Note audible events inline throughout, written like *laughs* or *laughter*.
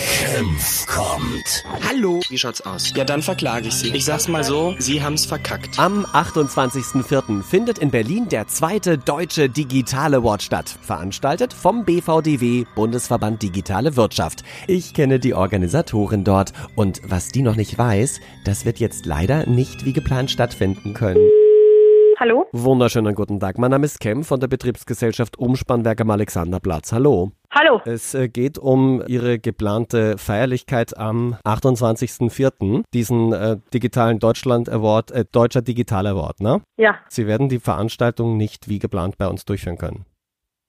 Senf kommt. Hallo. Wie schaut's aus? Ja, dann verklage ich Sie. Ich sag's mal so, Sie haben's verkackt. Am 28.04. findet in Berlin der zweite Deutsche Digital Award statt, veranstaltet vom BVDW, Bundesverband Digitale Wirtschaft. Ich kenne die Organisatorin dort und was die noch nicht weiß, das wird jetzt leider nicht wie geplant stattfinden können. Hallo? Wunderschönen guten Tag, mein Name ist Kem von der Betriebsgesellschaft Umspannwerk am Alexanderplatz. Hallo. Hallo. Es äh, geht um Ihre geplante Feierlichkeit am 28.04., diesen äh, digitalen Deutschland Award, äh, Deutscher Digital Award, ne? Ja, Sie werden die Veranstaltung nicht wie geplant bei uns durchführen können.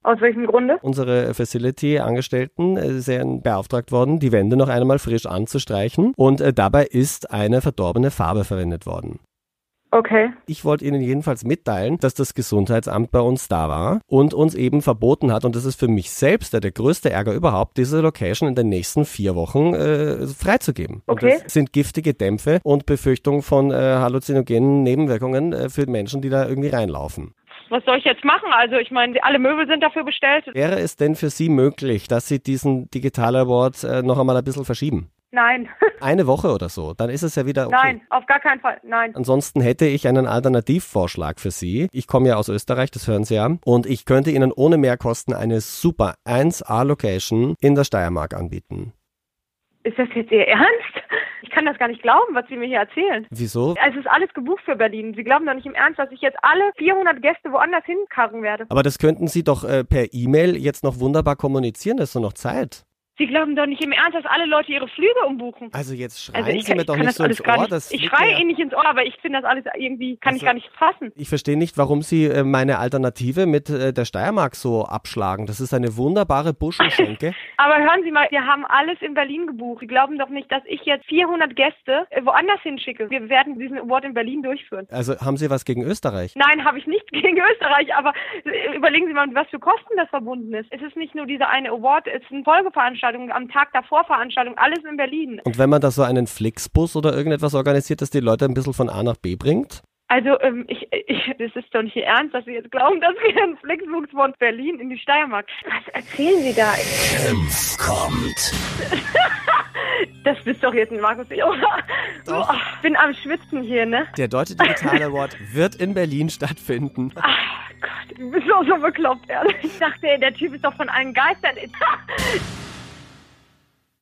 aus welchem Grunde? Unsere Facility-Angestellten äh, sind beauftragt worden, die Wände noch einmal frisch anzustreichen und äh, dabei ist eine verdorbene Farbe verwendet worden. Okay. Ich wollte Ihnen jedenfalls mitteilen, dass das Gesundheitsamt bei uns da war und uns eben verboten hat, und das ist für mich selbst der, der größte Ärger überhaupt, diese Location in den nächsten vier Wochen äh, freizugeben. Okay. Und das sind giftige Dämpfe und Befürchtung von äh, halluzinogenen Nebenwirkungen äh, für Menschen, die da irgendwie reinlaufen. Was soll ich jetzt machen? Also ich meine, alle Möbel sind dafür bestellt. Wäre es denn für Sie möglich, dass Sie diesen Digital Award äh, noch einmal ein bisschen verschieben? Nein, *laughs* Eine Woche oder so, dann ist es ja wieder okay. nein, auf gar keinen Fall. Nein. Ansonsten hätte ich einen Alternativvorschlag für Sie. Ich komme ja aus Österreich, das hören Sie ja. Und ich könnte Ihnen ohne Mehrkosten eine super 1A-Location in der Steiermark anbieten. Ist das jetzt Ihr Ernst? Ich kann das gar nicht glauben, was Sie mir hier erzählen. Wieso? Es ist alles gebucht für Berlin. Sie glauben doch nicht im Ernst, dass ich jetzt alle 400 Gäste woanders hinkarren werde. Aber das könnten Sie doch äh, per E-Mail jetzt noch wunderbar kommunizieren, da ist doch noch Zeit. Sie glauben doch nicht im Ernst, dass alle Leute ihre Flüge umbuchen. Also jetzt schreien Also ich, Sie kann- mir ich doch kann nicht das so ins alles gar Ohr. nicht. Das ich liegt mir ja- schreie Ihnen nicht ins Ohr, aber ich finde das alles irgendwie, kann ich Also- gar nicht fassen. Ich verstehe nicht, warum Sie äh, meine Alternative mit äh, der Steiermark so abschlagen. Das ist eine wunderbare *laughs* Buschelschenke. Aber hören Sie mal, wir haben alles in Berlin gebucht. Sie glauben doch nicht, dass ich jetzt 400 Gäste äh, woanders hinschicke. Wir werden diesen Award in Berlin durchführen. Also haben Sie was gegen Österreich? Nein, habe ich nicht *laughs* gegen Österreich, aber äh, überlegen Sie mal, mit was für Kosten das verbunden ist. Es ist nicht nur dieser eine Award, es sind Folgeveranstaltungen, am Tag davor Veranstaltungen, alles in Berlin. Und wenn man da so einen Flixbus oder irgendetwas organisiert, das die Leute ein bisschen von A nach B bringt? Also, ähm, ich, ich, das ist doch nicht Ihr Ernst, dass Sie jetzt glauben, dass wir einen Flixbus von Berlin in die Steiermark. Was erzählen Sie da? Senf kommt. Das bist doch jetzt ein Markus, oder? Doch. Boah, Ich bin am Schwitzen hier, ne? Der Deutsche Digital Award wird in Berlin stattfinden. Ach Gott, du bist auch so bekloppt, ehrlich. Ich dachte, ey, der Typ ist doch von allen Geistern.